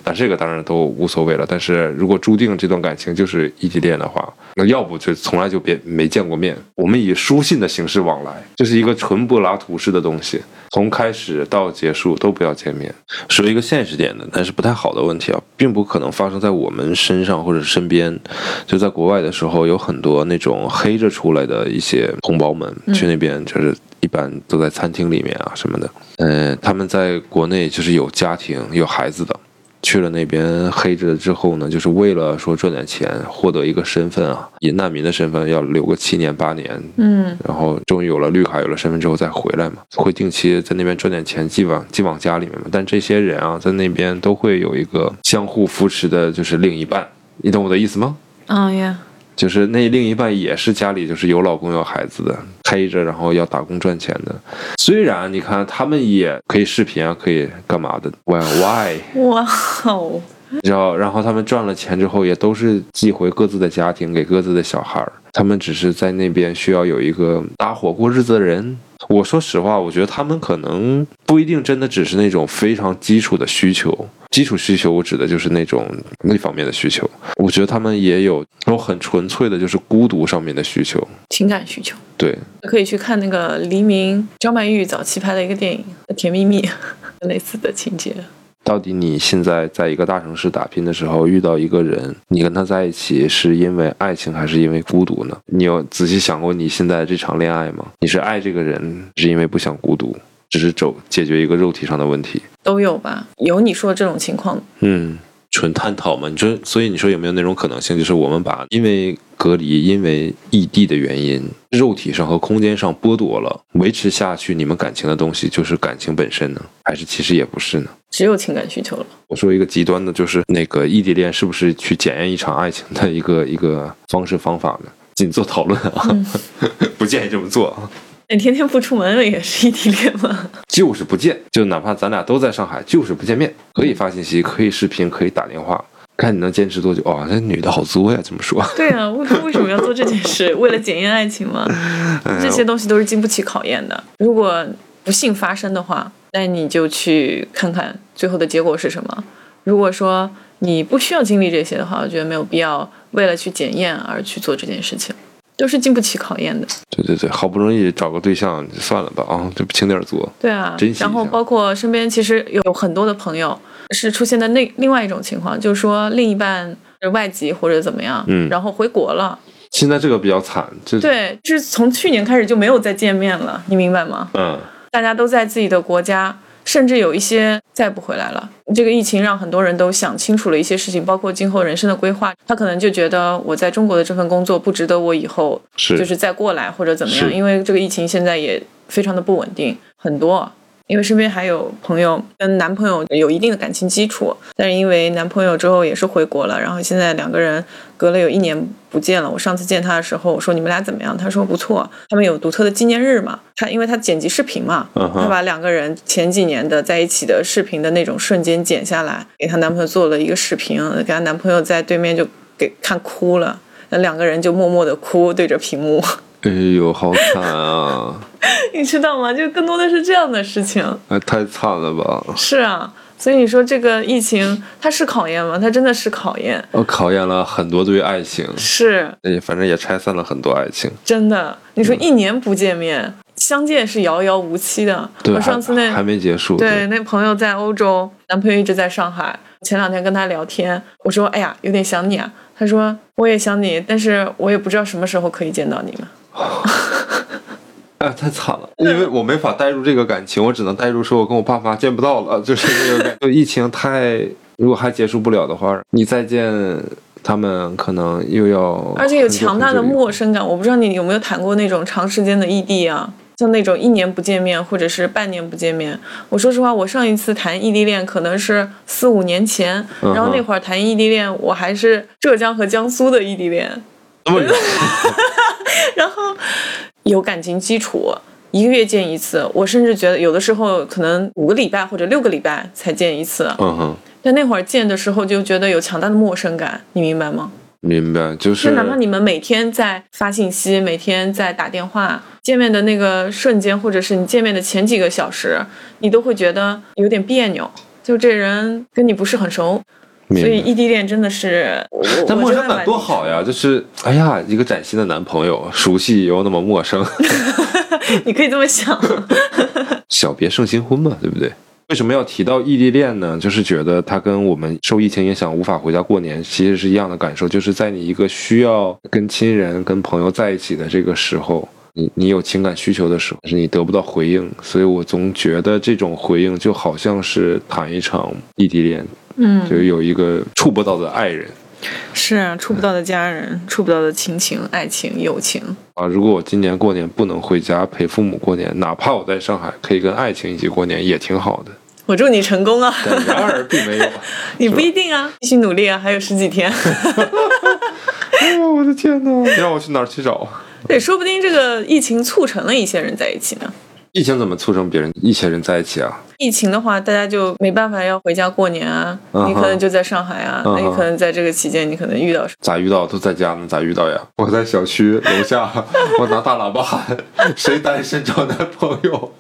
Speaker 1: 那这个当然都无所谓了。但是如果注定这段感情就是异地恋的话，那要不就从来就别没见过面。我们以书信的形式往来，这是一个纯柏拉图式的东西，从开始到结束都不要见面。说一个现实点的，但是不太好的问题啊，并不可能发生在我们身上或者身边。就在国外的时候，有很多那种黑着出来的一些同胞们去那边，就是一般都在餐厅里面啊什么的。呃，他们在国内就是有家庭有孩子的，去了那边黑着之后呢，就是为了说赚点钱，获得一个身份啊，以难民的身份要留个七年八年，
Speaker 2: 嗯
Speaker 1: 然后终于有了绿卡，有了身份之后再回来嘛，会定期在那边赚点钱寄往寄往家里面嘛。但这些人啊，在那边都会有一个相互扶持的，就是另一半，你懂我的意思吗？
Speaker 2: 嗯呀，
Speaker 1: 就是那另一半也是家里就是有老公有孩子的，黑着然后要打工赚钱的。虽然你看他们也可以视频啊，可以干嘛的？Why why？
Speaker 2: 哇哦，
Speaker 1: 然后，然后他们赚了钱之后，也都是寄回各自的家庭，给各自的小孩儿。他们只是在那边需要有一个搭伙过日子的人。我说实话，我觉得他们可能不一定真的只是那种非常基础的需求。基础需求，我指的就是那种那方面的需求。我觉得他们也有那种很纯粹的，就是孤独上面的需求。
Speaker 2: 情感需求。
Speaker 1: 对，
Speaker 2: 可以去看那个黎明、张曼玉早期拍的一个电影《甜蜜 蜜》，类似的情节。
Speaker 1: 到底你现在在一个大城市打拼的时候，遇到一个人，你跟他在一起是因为爱情还是因为孤独呢？你有仔细想过你现在这场恋爱吗？你是爱这个人，是因为不想孤独，只是走解决一个肉体上的问题？
Speaker 2: 都有吧，有你说的这种情况，
Speaker 1: 嗯，纯探讨嘛。你说，所以你说有没有那种可能性，就是我们把因为隔离、因为异地的原因，肉体上和空间上剥夺了，维持下去你们感情的东西，就是感情本身呢？还是其实也不是呢？
Speaker 2: 只有情感需求了。
Speaker 1: 我说一个极端的，就是那个异地恋是不是去检验一场爱情的一个一个方式方法呢？ 仅做讨论啊，
Speaker 2: 嗯
Speaker 1: 不建议这么做啊，
Speaker 2: 哎你天天不出门也是异地恋吗？
Speaker 1: 就是不见，就哪怕咱俩都在上海，就是不见面，可以发信息，可以视频，可以打电话，看你能坚持多久。哇、哦，这女的好作呀，这么说，
Speaker 2: 对啊，为为什么要做这件事？ 为了检验爱情吗？
Speaker 1: 哎
Speaker 2: 这些东西都是经不起考验的。如果不幸发生的话，那你就去看看最后的结果是什么。如果说你不需要经历这些的话，我觉得没有必要为了去检验而去做这件事情，都是经不起考验的。
Speaker 1: 对对对，好不容易找个对象，算了吧啊，这不轻点做。
Speaker 2: 对啊
Speaker 1: 珍惜一，下
Speaker 2: 然后包括身边其实有很多的朋友是出现的那另外一种情况，就是说另一半是外籍或者怎么样，
Speaker 1: 嗯
Speaker 2: 然后回国了，
Speaker 1: 现在这个比较惨，这
Speaker 2: 对，就是从去年开始就没有再见面了，你明白吗？
Speaker 1: 嗯，
Speaker 2: 大家都在自己的国家，甚至有一些再不回来了。这个疫情让很多人都想清楚了一些事情，包括今后人生的规划。他可能就觉得我在中国的这份工作不值得我以后
Speaker 1: 是
Speaker 2: 就是再过来或者怎么样，
Speaker 1: 是
Speaker 2: 因为这个疫情现在也非常的不稳定，很多。因为身边还有朋友跟男朋友有一定的感情基础，但是因为男朋友之后也是回国了，然后现在两个人隔了有一年不见了。我上次见他的时候，我说你们俩怎么样？他说不错，他们有独特的纪念日嘛。他因为他剪辑视频嘛，
Speaker 1: 嗯哼
Speaker 2: 他把两个人前几年的在一起的视频的那种瞬间剪下来，给她男朋友做了一个视频，给她男朋友在对面就给看哭了。那两个人就默默的哭，对着屏幕，
Speaker 1: 哎呦，好惨啊，
Speaker 2: 你知道吗？就更多的是这样的事情。
Speaker 1: 哎，太惨了吧。
Speaker 2: 是啊，所以你说这个疫情它是考验吗？它真的是考验，
Speaker 1: 我考验了很多对于爱情，
Speaker 2: 是
Speaker 1: 哎，反正也拆散了很多爱情。
Speaker 2: 真的。你说一年不见面，相见是遥遥无期的。
Speaker 1: 对，
Speaker 2: 我上次那
Speaker 1: 还还没结束。
Speaker 2: 对，那朋友在欧洲，男朋友一直在上海。前两天跟他聊天，我说：“哎呀，有点想你啊。”他说：“我也想你，但是我也不知道什么时候可以见到你们。
Speaker 1: 哎，太惨了，因为我没法带入这个感情，我只能带入说我跟我爸妈见不到了， 就是这个感就疫情太，如果还结束不了的话，你再见他们可能又要”
Speaker 2: 而且有强大
Speaker 1: 很久
Speaker 2: 的
Speaker 1: 很久以后
Speaker 2: 陌生感。我不知道你有没有谈过那种长时间的异地啊，像那种一年不见面或者是半年不见面。我说实话，我上一次谈异地恋可能是四五年前，
Speaker 1: 嗯哼
Speaker 2: 然后那会儿谈异地恋，我还是浙江和江苏的异地恋。
Speaker 1: 那么远
Speaker 2: 然后有感情基础，一个月见一次。我甚至觉得有的时候可能五个礼拜或者六个礼拜才见一次，
Speaker 1: 嗯哼，
Speaker 2: 但那会儿见的时候就觉得有强大的陌生感，你明白吗？
Speaker 1: 明白，就是
Speaker 2: 就哪怕你们每天在发信息，每天在打电话，见面的那个瞬间，或者是你见面的前几个小时，你都会觉得有点别扭。就这人跟你不是很熟，
Speaker 1: 明
Speaker 2: 所以
Speaker 1: 白。
Speaker 2: 异地恋真的是，我
Speaker 1: 但
Speaker 2: 我
Speaker 1: 陌
Speaker 2: 觉
Speaker 1: 生
Speaker 2: 得
Speaker 1: 感
Speaker 2: 蛮
Speaker 1: 多好呀！就是，哎呀，一个崭新的男朋友，熟悉又那么陌生，
Speaker 2: 你可以这么想。
Speaker 1: 小别胜新婚嘛，对不对？为什么要提到异地恋呢？就是觉得它跟我们受疫情影响无法回家过年，其实是一样的感受，就是在你一个需要跟亲人、跟朋友在一起的这个时候。你你有情感需求的时候，但是你得不到回应，所以我总觉得这种回应就好像是谈一场异地恋，
Speaker 2: 嗯，
Speaker 1: 就是有一个触不到的爱人
Speaker 2: 是啊，触不到的家人，触不到的亲情、爱情、友情，
Speaker 1: 啊。如果我今年过年不能回家陪父母过年，哪怕我在上海可以跟爱情一起过年，也挺好的。
Speaker 2: 我祝你成功啊！
Speaker 1: 但然而并没有。啊
Speaker 2: 你不一定啊，继续努力啊，还有十几 天。
Speaker 1: 哎呀，我的天哪！你让我去哪儿啊去找？
Speaker 2: 对，说不定这个疫情促成了一些人在一起呢。
Speaker 1: 疫情怎么促成别人一些人在一起啊？
Speaker 2: 疫情的话，大家就没办法要回家过年啊，
Speaker 1: 嗯哼
Speaker 2: 你可能就在上海啊，
Speaker 1: 嗯哼
Speaker 2: 那你可能在这个期间，你可能遇到什
Speaker 1: 咋遇到？都在家呢，咋遇到呀？我在小区楼下，我拿大喇叭喊：“谁单身找男朋友？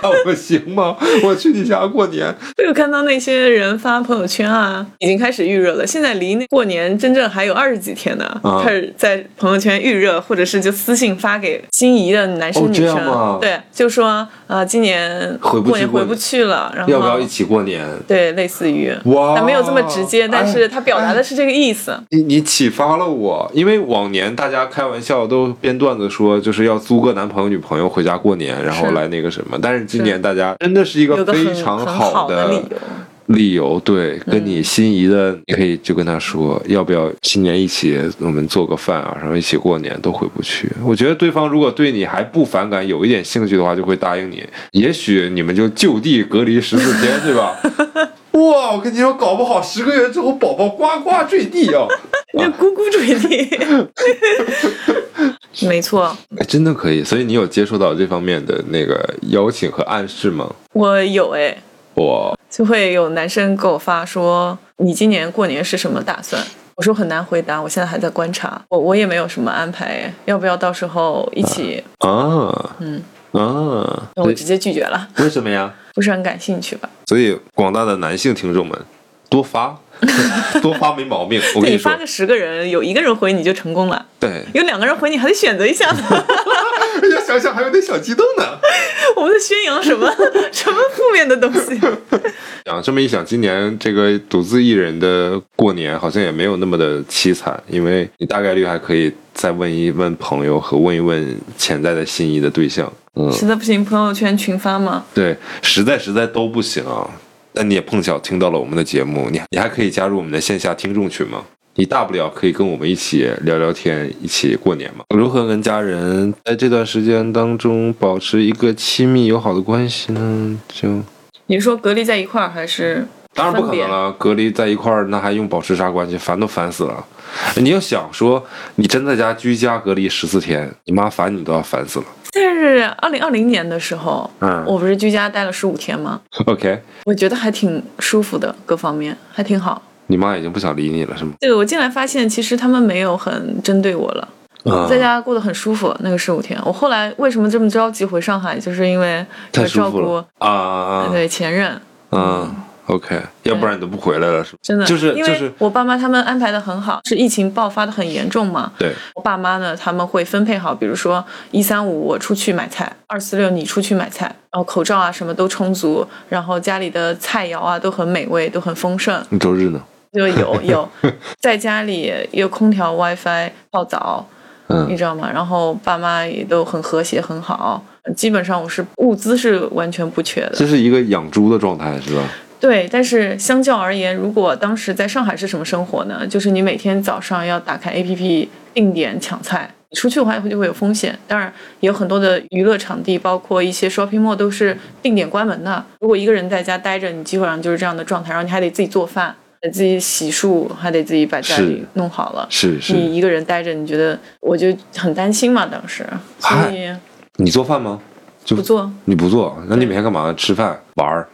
Speaker 1: 看我行吗？我去你家过年。
Speaker 2: 么我有看到那些人发朋友圈啊，已经开始预热了。现在离那过年真正还有二十几天呢，
Speaker 1: 嗯
Speaker 2: 开始在朋友圈预热，或者是就私信发给心仪的男生
Speaker 1: 哦
Speaker 2: 女
Speaker 1: 这样
Speaker 2: 生，
Speaker 1: 吗
Speaker 2: 对，就说啊、今年
Speaker 1: 回不去
Speaker 2: 过年
Speaker 1: 过
Speaker 2: 回不去了，然”后
Speaker 1: 要不要一起过年？
Speaker 2: 对，类似于，
Speaker 1: 哇
Speaker 2: 嗯
Speaker 1: 哎
Speaker 2: 但没有这么直接，但是他表达的是这个意思。
Speaker 1: 你你启发了我，因为往年大家开玩笑都编段子说，就是要租个男朋友女朋友回家过年，然后
Speaker 2: 是
Speaker 1: 来那个什么。但是今
Speaker 2: 是
Speaker 1: 年大家真的是一
Speaker 2: 有
Speaker 1: 个
Speaker 2: 个
Speaker 1: 非
Speaker 2: 很
Speaker 1: 常
Speaker 2: 很好
Speaker 1: 的
Speaker 2: 理由。
Speaker 1: 理由对，跟你心仪的，你可以就跟他说，要不要新年一起我们做个饭啊，然后一起过年，都回不去。我觉得对方如果对你还不反感，有一点兴趣的话，就会答应你。也许你们就就地隔离十四天，对吧？哇，我跟你说，搞不好十个月之后，宝宝呱呱坠地啊！
Speaker 2: 你这咕咕坠 地，没错，
Speaker 1: 哎，真的可以。所以你有接受到这方面的那个邀请和暗示吗？
Speaker 2: 我有哎，
Speaker 1: 哇，
Speaker 2: 就会有男生给我发说你今年过年是什么打算？我说很难回答，我现在还在观察，我我也没有什么安排哎，要不要到时候一起？
Speaker 1: 啊，
Speaker 2: 嗯
Speaker 1: 啊，
Speaker 2: 那我直接拒绝了，
Speaker 1: 为什么呀？
Speaker 2: 不是很感兴趣吧？
Speaker 1: 所以广大的男性听众们，多发， 多发没毛病。我跟
Speaker 2: 对
Speaker 1: 你
Speaker 2: 你
Speaker 1: 说
Speaker 2: 发，个十个人，有一个人回你就成功了，
Speaker 1: 对，
Speaker 2: 有两个人回你还得选择一下呢。
Speaker 1: 哎呀，想想还有点小激动呢。
Speaker 2: 我们在宣扬 什么什么负面的东西？
Speaker 1: 想这么一想，今年这个独自一人的过年好像也没有那么的凄惨，因为你大概率还可以再问一问朋友和问一问潜在的心仪的对象。嗯，
Speaker 2: 实在不行，朋友圈群发嘛。
Speaker 1: 对，实在实在都不行啊。但你也碰巧听到了我们的节目，你你还可以加入我们的线下听众群嘛？你大不了可以跟我们一起聊聊天，一起过年嘛？如何跟家人在这段时间当中保持一个亲密友好的关系呢？就
Speaker 2: 你是说隔离在一块儿还是？
Speaker 1: 当然不可能了，隔离在一块儿，那还用保持啥关系？烦都烦死了。你要想说，你真在家居家隔离十四天，你妈烦你都要烦死了。
Speaker 2: 但是二零二零年的时候，
Speaker 1: 嗯
Speaker 2: 我不是居家待了十五天吗？
Speaker 1: OK，
Speaker 2: 我觉得还挺舒服的，各方面还挺好。
Speaker 1: 你妈已经不想理你了是吗？
Speaker 2: 对我进来发现，其实他们没有很针对我了，
Speaker 1: 啊
Speaker 2: 在家过得很舒服。那个十五天，我后来为什么这么着急回上海，就是因为
Speaker 1: 太
Speaker 2: 要
Speaker 1: 舒
Speaker 2: 照
Speaker 1: 服
Speaker 2: 顾
Speaker 1: 了啊啊啊！啊
Speaker 2: 对前任。
Speaker 1: 嗯，OK，要不然你都不回来了，是吧？
Speaker 2: 真的，
Speaker 1: 就是
Speaker 2: 因
Speaker 1: 就是
Speaker 2: 为我爸妈他们安排的很好，是疫情爆发的很严重嘛，
Speaker 1: 对，
Speaker 2: 我爸妈呢，他们会分配好，比如说一三五我出去买菜，二四六你出去买菜，然后口罩啊什么都充足，然后家里的菜肴啊都很美味，都很丰盛，
Speaker 1: 你周日呢？
Speaker 2: 就有有在家里有空调、WiFi、泡澡，你
Speaker 1: 嗯，
Speaker 2: 知道吗？然后爸妈也都很和谐，很好。基本上我是物资是完全不缺的，
Speaker 1: 这是一个养猪的状态，是吧？
Speaker 2: 对。但是相较而言，如果当时在上海是什么生活呢？就是你每天早上要打开 APP 定点抢菜，你出去的话就会有风险。当然，也有很多的娱乐场地，包括一些 shopping mall 都是定点关门的。如果一个人在家待着，你基本上就是这样的状态，然后你还得自己做饭，得自己洗漱，还得自己把家里
Speaker 1: 是
Speaker 2: 弄好了。
Speaker 1: 是是，
Speaker 2: 你一个人待着，你觉得我就很担心嘛，当时，所
Speaker 1: 嗨
Speaker 2: 以
Speaker 1: 哎你做饭吗？就
Speaker 2: 不，做
Speaker 1: 你不做，那你每天干嘛？吃饭、玩儿。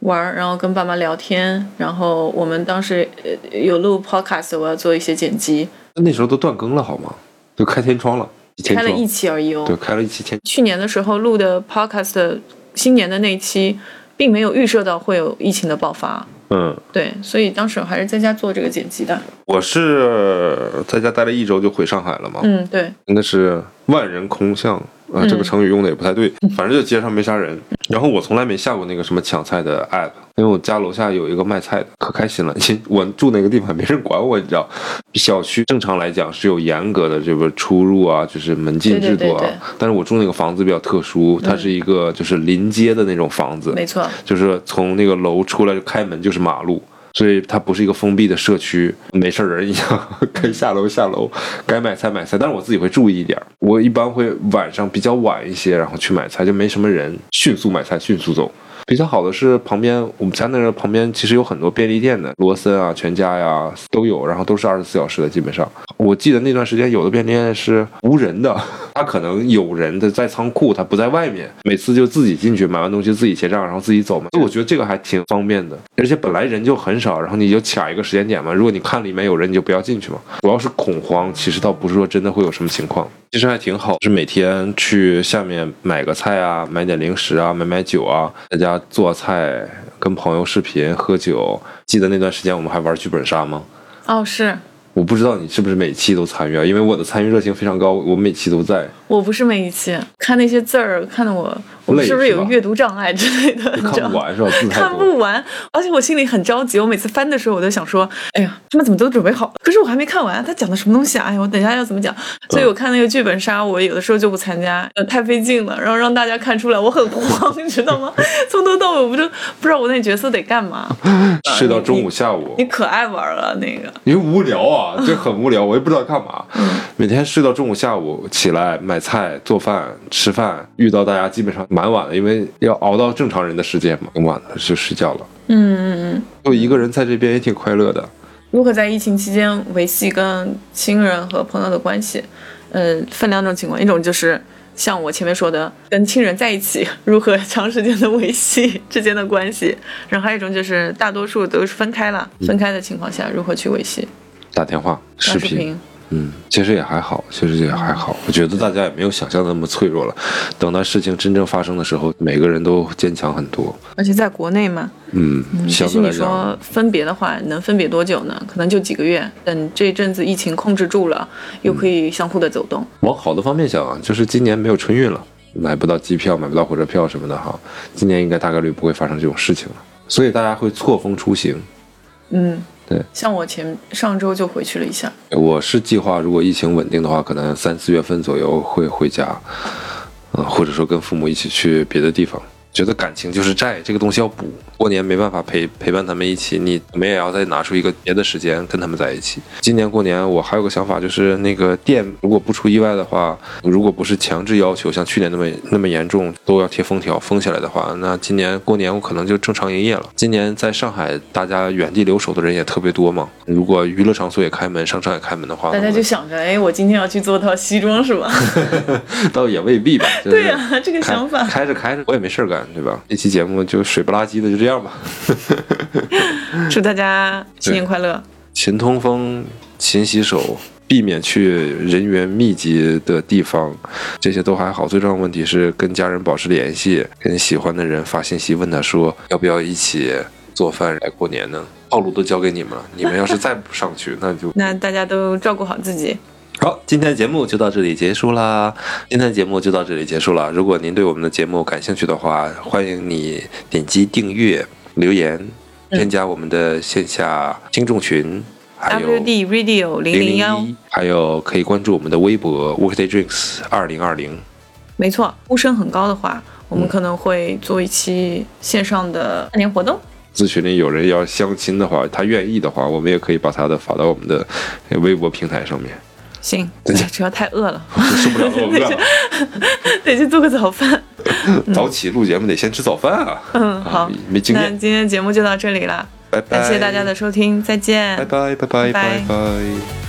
Speaker 2: 玩儿，然后跟爸妈聊天，然后我们当时呃有录 podcast，我要做一些剪辑，
Speaker 1: 那那时候都断更了，好吗？就开天窗了，天
Speaker 2: 开了一
Speaker 1: 窗，
Speaker 2: 期而已
Speaker 1: 对，
Speaker 2: 哦。
Speaker 1: 开了一期天。
Speaker 2: 去年的时候录的 podcast，新年的那一期，并没有预设到会有疫情的爆发，
Speaker 1: 嗯，
Speaker 2: 对，所以当时我还是在家做这个剪辑的。
Speaker 1: 我是在家待了一周就回上海了嘛，
Speaker 2: 嗯，对，
Speaker 1: 真的是万人空巷啊、
Speaker 2: 嗯
Speaker 1: 这个成语用的也不太对， 反正就街上没啥人。然后我从来没下过那个什么抢菜的 app，因为我家楼下有一个卖菜的，可开心了。 我住那个地方没人管我，你知道，小区正常来讲是有严格的这个出入啊，就是门禁制度啊。
Speaker 2: 对对对对
Speaker 1: 但是我住那个房子比较特殊，它是一个就是临街的那种房子，
Speaker 2: 没错，
Speaker 1: 就是从那个楼出来就开门就是马路。所以它不是一个封闭的社区，没事儿人一样 该下楼下楼，该买菜买菜。但是我自己会注意一点儿，我一般会晚上比较晚一些，然后去买菜，就没什么人，迅速买菜，迅速走。比较好的是旁边我们家那个旁边其实有很多便利店的，罗森啊、全家呀、都有，然后都是二十四小时的，基本上。我记得那段时间有的便利店是无人的， 它可能有人的在仓库，它不在外面，每次就自己进去买完东西自己结账，然后自己走嘛。所以我觉得这个还挺方便的，而且本来人就很少，然后你就卡一个时间点嘛。如果你看里面有人，你就不要进去嘛。我要是恐慌，其实倒不是说真的会有什么情况，其实还挺好，是每天去下面买个菜啊，买点零食啊，买买酒啊，在家做菜，跟朋友视频喝酒。记得那段时间我们还玩剧本杀吗？
Speaker 2: 哦，是
Speaker 1: 我不知道你是不是每期都参与啊，因为我的参与热情非常高，我每期都在。
Speaker 2: 我不是每一期看那些字儿，看得我我
Speaker 1: 累
Speaker 2: 是不是
Speaker 1: 是
Speaker 2: 有
Speaker 1: 吧
Speaker 2: 阅读障碍之类的？你知
Speaker 1: 看
Speaker 2: 道
Speaker 1: 不
Speaker 2: 吗？
Speaker 1: 完是吧？字太
Speaker 2: 看
Speaker 1: 多。
Speaker 2: 不完，而且我心里很着急。我每次翻的时候，我都想说：“哎呀，他们怎么都准备好了？可是我还没看完，他讲的什么东西啊？哎呀，我等一下要怎么讲？”所以我看那个剧本杀，我有的时候就不参加，呃，太费劲了，然后让大家看出来我很慌， 你知道吗？从头到尾我不就不知道我那角色得干嘛。
Speaker 1: 睡到中午下午
Speaker 2: 你，可爱玩了那个，
Speaker 1: 因为无聊 啊，这很无聊，我也不知道干嘛。
Speaker 2: 嗯
Speaker 1: 每天睡到中午下午起来买菜、做饭、吃饭，遇到大家基本上蛮晚的，因为要熬到正常人的时间嘛，很晚了就睡觉了。
Speaker 2: 嗯嗯嗯。
Speaker 1: 就一个人在这边也挺快乐的。
Speaker 2: 如何在疫情期间维系跟亲人和朋友的关系？嗯，分两种情况，一种就是像我前面说的，跟亲人在一起如何长时间的维系之间的关系，然后还有一种就是大多数都是分开了，分开的情况下如何去维系？
Speaker 1: 打电话、
Speaker 2: 短
Speaker 1: 嗯视
Speaker 2: 视
Speaker 1: 频，
Speaker 2: 频，
Speaker 1: 嗯，其实也还好，其实也还好。我觉得大家也没有想象的那么脆弱了。等到事情真正发生的时候，每个人都坚强很多。
Speaker 2: 而且在国内嘛，
Speaker 1: 嗯，
Speaker 2: 其
Speaker 1: 相
Speaker 2: 实
Speaker 1: 对来
Speaker 2: 你
Speaker 1: 讲，
Speaker 2: 说分别的话，能分别多久呢？可能就几个月。等这阵子疫情控制住了，
Speaker 1: 嗯
Speaker 2: 又可以相互的走动。
Speaker 1: 往好的方面想啊，就是今年没有春运了，买不到机票，买不到火车票什么的哈，今年应该大概率不会发生这种事情了，所以大家会错峰出行。
Speaker 2: 嗯，
Speaker 1: 对。
Speaker 2: 像我前上周就回去了一下，
Speaker 1: 我是计划，如果疫情稳定的话，可能三四月份左右会回家，嗯，或者说跟父母一起去别的地方。觉得感情就是债，这个东西要补。过年没办法陪陪伴他们一起，你我们也要再拿出一个别的时间跟他们在一起。今年过年我还有个想法，就是那个店如果不出意外的话，如果不是强制要求像去年那么那么严重，都要贴封条封起来的话，那今年过年我可能就正常营业了。今年在上海，大家原地留守的人也特别多嘛。如果娱乐场所也开门，商场也开门的话，
Speaker 2: 大家就想着，哎，我今天要去做套西装 是吧？
Speaker 1: 倒也未 必吧。就是
Speaker 2: 对啊，这个
Speaker 1: 开
Speaker 2: 想法。
Speaker 1: 开着开着，我也没事儿干，对吧？这期节目就水不拉几的，就这样吧。
Speaker 2: 祝大家新年快乐！
Speaker 1: 勤通风，勤洗手，避免去人员密集的地方，这些都还好。最重要的问题是跟家人保持联系，跟喜欢的人发信息，问他说要不要一起做饭来过年呢？套路都交给你们了，你们要是再不上去，那就
Speaker 2: 那大家都照顾好自己。
Speaker 1: 好，今天的节目就到这里结束啦。今天的节目就到这里结束了。如果您对我们的节目感兴趣的话，欢迎你点击订阅、留言、添加我们的线下听众群，还有
Speaker 2: WD Radio 零
Speaker 1: 哎零
Speaker 2: 零幺
Speaker 1: 一，，还有可以关注我们的微博 Workday Drinks 二零二零。
Speaker 2: 没错，呼声很高的话，我
Speaker 1: 嗯
Speaker 2: 们可能会做一期线上的跨年活动。
Speaker 1: 咨询里有人要相亲的话，他愿意的话，我们也可以把他的发到我们的微博平台上面。
Speaker 2: 行，
Speaker 1: 再见
Speaker 2: 只要太饿 了，
Speaker 1: 受不了了，我 饿了，
Speaker 2: 得去做个早饭。
Speaker 1: 早起录节目得先吃早饭啊。
Speaker 2: 嗯，好
Speaker 1: 啊，没经
Speaker 2: 那
Speaker 1: 验，
Speaker 2: 今天节目就到这里啦，
Speaker 1: 拜拜。
Speaker 2: 感谢大家的收听，再见，
Speaker 1: 拜拜拜拜拜
Speaker 2: 拜拜
Speaker 1: 拜。